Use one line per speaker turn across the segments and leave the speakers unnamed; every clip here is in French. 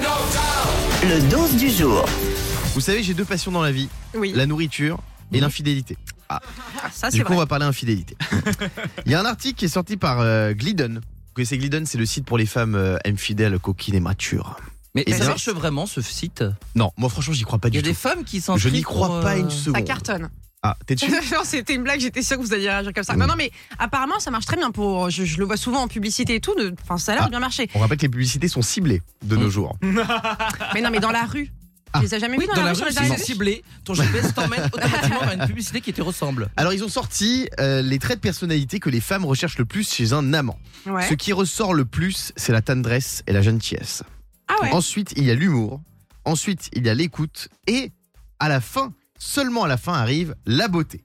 Le dose du jour.
Vous savez, j'ai deux passions dans la vie
Oui, Ah,
la nourriture et l'infidélité.
Ah,
ça c'est
Du coup, on
vrai.
va parler infidélité. Il y a un article qui est sorti par euh, Glidden. Vous connaissez Glidden, c'est le site pour les femmes euh, infidèles, coquines et matures.
Mais
Et
ça
bien-
marche vraiment ce site
Non, moi franchement, j'y crois pas
Il y
du
a des
tout.
femmes qui
Je
s'inscrivent.
n'y crois
pour,
pas
euh,
une
Ça
seconde.
cartonne.
Ah, t'es dessus
non, c'était une blague, j'étais sûre que vous alliez réagir comme ça.
Mm.
Non, non, mais apparemment ça marche très bien pour. Je, je le vois souvent en publicité et tout. de- Enfin, ça a l'air
Ah.
de bien marché.
On rappelle que les publicités sont ciblées de
Mm.
nos jours.
Mais non, mais dans la rue.
Ah.
Tu les as jamais
Oui,
vus dans,
dans
la
la
rue sur
rue,
les
c'est
derniers
ciblé. Ton GPS t'emmène automatiquement vers une publicité qui te ressemble.
Alors, ils ont sorti euh, les traits de personnalité que les femmes recherchent le plus chez un amant.
Ouais.
Ce qui ressort le plus, c'est la tendresse et la gentillesse.
Ah ouais.
Ensuite, il y a l'humour. Ensuite, il y a l'écoute. Et à la fin, seulement à la fin arrive la beauté.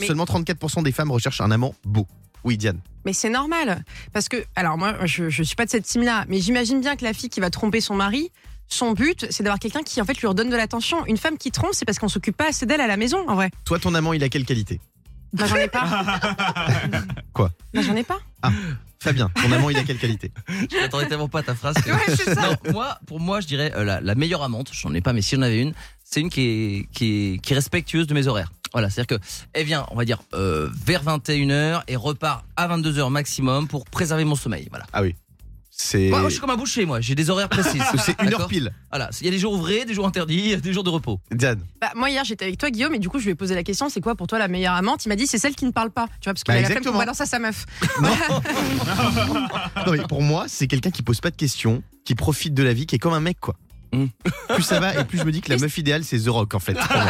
Mais-
Seulement 34% des femmes recherchent un amant beau. Oui, Diane.
Mais c'est normal. Parce que, alors moi, je, je suis pas de cette team-là, mais j'imagine bien que la fille qui va tromper son mari, son but, c'est d'avoir quelqu'un qui, en fait, lui redonne de l'attention. Une femme qui trompe, c'est parce qu'on s'occupe pas assez d'elle à la maison, en vrai.
Toi, ton amant, il a quelle qualité
Bah, j'en ai pas.
Quoi
Bah, j'en ai pas.
Fabien, ton amant, il a quelle qualité
Je m'attendais tellement pas à ta phrase. que-
Ouais, c'est ça.
Non, moi, pour moi, je dirais euh, la, la meilleure amante, j'en ai pas, mais si j'en avais une, c'est une qui est, qui, est, qui est respectueuse de mes horaires. Voilà, c'est-à-dire que elle vient, on va dire, euh, vers 21h et repart à 22h maximum pour préserver mon sommeil. Voilà.
Ah oui. C'est
Moi, moi, je suis comme un boucher, moi, j'ai des horaires précis.
c'est une heure
D'accord
pile.
Voilà, il y a des jours ouvrés, des jours interdits, des jours de repos.
Diane,
Bah, moi, hier, j'étais avec toi, Guillaume, et du coup, je lui ai posé la question c'est quoi pour toi la meilleure amante Il m'a dit c'est celle qui ne parle pas. Tu vois, parce qu'il
Bah,
a la flemme
exactement.
qu'on balance à sa meuf.
non, mais pour moi, c'est quelqu'un qui pose pas de questions, qui profite de la vie, qui est comme un mec, quoi.
Mm.
Plus ça va et plus je me dis que la meuf idéale, c'est The Rock, en fait. pour moi.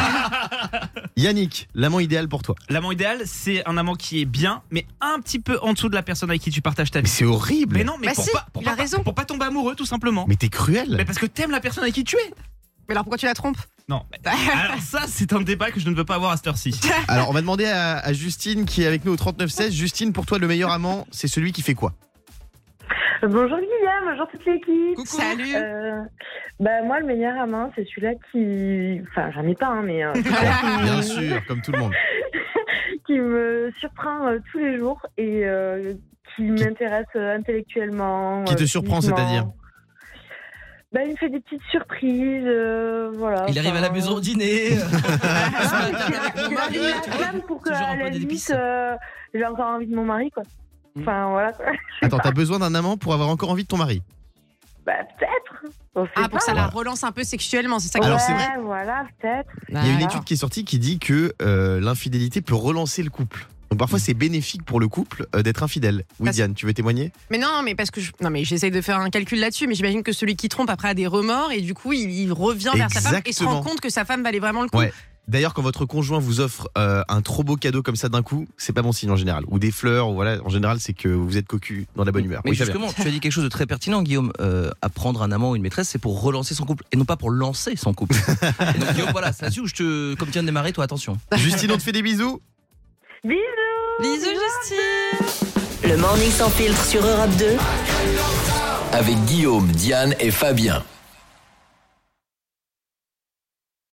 Yannick, l'amant idéal pour toi.
L'amant idéal, c'est un amant qui est bien, mais un petit peu en dessous de la personne avec qui tu partages ta
Mais
vie.
c'est horrible.
Mais non, mais
Bah
pour,
si,
pas, pour
il a
pas-
raison.
pour pas tomber amoureux, tout simplement. Mais,
Mais t'es cruel.
parce que t'aimes la personne avec qui tu es.
Mais alors, pourquoi tu la trompes
Non. mais- Alors ça, c'est un débat que je ne veux pas avoir à cette heure-ci.
Alors, on va demander à, à Justine qui est avec nous au 3916. Justine, pour toi, le meilleur amant, c'est celui qui fait quoi
Bonjour Guillaume, bonjour toute l'équipe.
Salut
Euh, bah moi le meilleur amant c'est celui-là qui, enfin j'en ai pas hein, mais euh,
Bien sûr, comme tout le monde.
qui me surprend euh, tous les jours et euh, qui m'intéresse euh, intellectuellement.
Qui te
euh,
surprend,
physiquement.
c'est-à-dire
Bah il me fait des petites surprises, euh, voilà.
Il arrive à la
enfin,
maison au dîner. euh,
voilà.
se matin avec mon mari,
Il arrive
tu
à
vois,
femme pour que
toujours
à
un peu
la
des
limite
épices.
euh, j'ai encore envie de mon mari quoi. Enfin voilà. quoi.
Attends, t'as besoin d'un amant pour avoir encore envie de ton mari
Bah peut-être. On sait
Ah, pour
pas.
que ça la relance un peu sexuellement, c'est ça que
Alors,
ouais,
c'est vrai.
voilà peut-être.
Il y a une étude qui est sortie qui dit que euh, l'infidélité peut relancer le couple. Donc parfois, c'est bénéfique pour le couple euh, d'être infidèle. Oui,
Parce-
Diane, tu veux témoigner
Mais non, mais parce que je... non, mais j'essaye de faire un calcul là-dessus, mais j'imagine que celui qui trompe après a des remords et du coup il, il revient vers sa femme et se
Exactement.
rend compte que sa femme valait vraiment le coup.
Ouais. D'ailleurs, quand votre conjoint vous offre euh, un trop beau cadeau comme ça d'un coup, c'est pas bon signe en général. Ou des fleurs, ou voilà, en général, c'est que vous êtes cocu dans la bonne humeur.
Mais
Oui, Fabien.
justement, tu as dit quelque chose de très pertinent, Guillaume. Euh, apprendre un amant ou une maîtresse, c'est pour relancer son couple et non pas pour lancer son couple. Et donc, Guillaume, voilà, c'est là-dessus où je te. Comme tu viens de démarrer, toi, attention.
Justine, on te fait des bisous.
Bisous.
Bisous Justine
Le morning sans filtre sur Europe 2.
avec Guillaume, Diane et Fabien.